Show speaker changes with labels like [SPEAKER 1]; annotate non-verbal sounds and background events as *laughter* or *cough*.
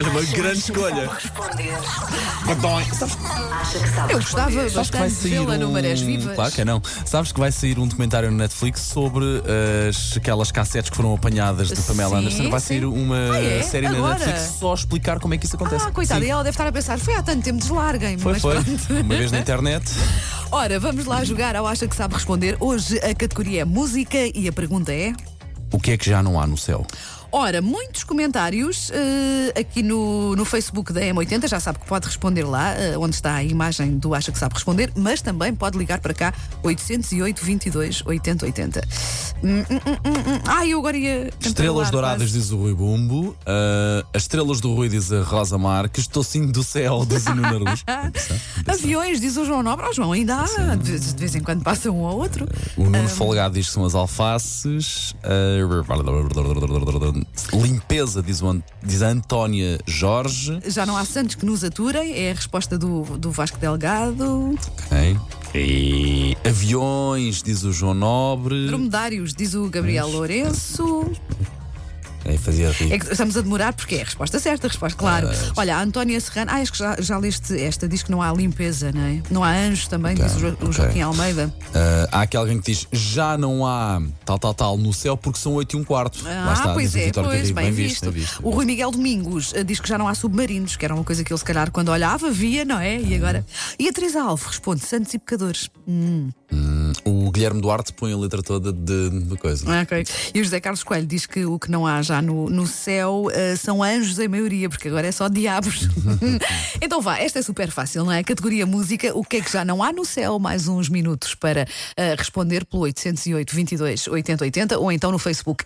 [SPEAKER 1] Era uma grande escolha.
[SPEAKER 2] Responder.
[SPEAKER 1] É
[SPEAKER 2] Acha que
[SPEAKER 3] Eu
[SPEAKER 2] sabe.
[SPEAKER 3] gostava
[SPEAKER 1] Sabes que vai
[SPEAKER 3] bastante de
[SPEAKER 1] sair
[SPEAKER 3] vê-la no Marés Ah,
[SPEAKER 1] um...
[SPEAKER 3] Vivas.
[SPEAKER 1] Claro que não. Sabes que vai sair um documentário no Netflix sobre eh, as, aquelas cassetes que foram apanhadas de Pamela
[SPEAKER 3] Sim,
[SPEAKER 1] Anderson. Vai
[SPEAKER 3] sim.
[SPEAKER 1] sair uma
[SPEAKER 3] Ah, é?
[SPEAKER 1] série na
[SPEAKER 3] Agora?
[SPEAKER 1] Netflix só a explicar como é que isso acontece.
[SPEAKER 3] Ah, coitada, e
[SPEAKER 1] Sim.
[SPEAKER 3] ela deve estar a pensar, foi há tanto tempo, deslarguem-me.
[SPEAKER 1] Foi,
[SPEAKER 3] mas
[SPEAKER 1] foi.
[SPEAKER 3] pronto.
[SPEAKER 1] Uma vez na internet.
[SPEAKER 3] Ora, vamos lá jogar ao Acha que Sabe Responder. Hoje a categoria é música e a pergunta é.
[SPEAKER 1] O que é que já não há no céu?
[SPEAKER 3] Ora, muitos comentários eh, aqui no, no Facebook da M80, já sabe que pode responder lá, eh, onde está a imagem do Acha que Sabe Responder, mas também pode ligar para cá 808 22 80 80. Hum, hum, hum, hum, hum. Ai, eu agora ia.
[SPEAKER 1] Estrelas
[SPEAKER 3] cantarolar
[SPEAKER 1] douradas,
[SPEAKER 3] quase.
[SPEAKER 1] diz o Rui Bumbo. Ah, as estrelas do Rui, diz a Rosa Marques. Estou sim do céu, *laughs* diz o Nuno Aruz.
[SPEAKER 3] Aviões, diz o João Nobre. Ó João, ainda há. De, de vez em quando passa um ao outro.
[SPEAKER 1] O Nuno Folgado diz que são as alfaces. Ah, limpeza, diz, o Ant- diz a Antónia Jorge.
[SPEAKER 3] Já não há santos que nos aturem, é a resposta do, do Vasco Delgado.
[SPEAKER 1] Ok. E aviões, diz o João Nobre.
[SPEAKER 3] Dromedários, diz o Gabriel Lourenço.
[SPEAKER 1] É, fazia rir.
[SPEAKER 3] É que estamos a demorar porque é a resposta certa, a resposta, claro. Olha, a Antónia Serrano, ah, acho que já, já leste esta, diz que não há limpeza, não é? Não há anjos também, diz o, Jo- o
[SPEAKER 1] ok.
[SPEAKER 3] Joaquim Almeida.
[SPEAKER 1] Ah, há aqui alguém que diz: já não há tal, tal, tal no céu porque são 8 e um quarto. Lá
[SPEAKER 3] ah,
[SPEAKER 1] está,
[SPEAKER 3] pois
[SPEAKER 1] diz o
[SPEAKER 3] é,
[SPEAKER 1] Vitor
[SPEAKER 3] pois,
[SPEAKER 1] Carrilho.
[SPEAKER 3] bem, visto. O Rui Miguel Domingos eh, diz que já não há submarinos, que era uma coisa que ele, se calhar, quando olhava, via, não é? E agora. E a Teresa Alves responde: Santos e pecadores.
[SPEAKER 1] O Guilherme Duarte põe a letra toda de, de coisa.
[SPEAKER 3] Ah, ok. E o José Carlos Coelho diz que o que não há já no, no céu ah, são anjos em maioria, porque agora é só diabos. então vá, esta é super fácil, não é? Categoria música, o que é que já não há no céu? eh, Mais uns minutos para ah, responder pelo 808 22 80 80 ou então no Facebook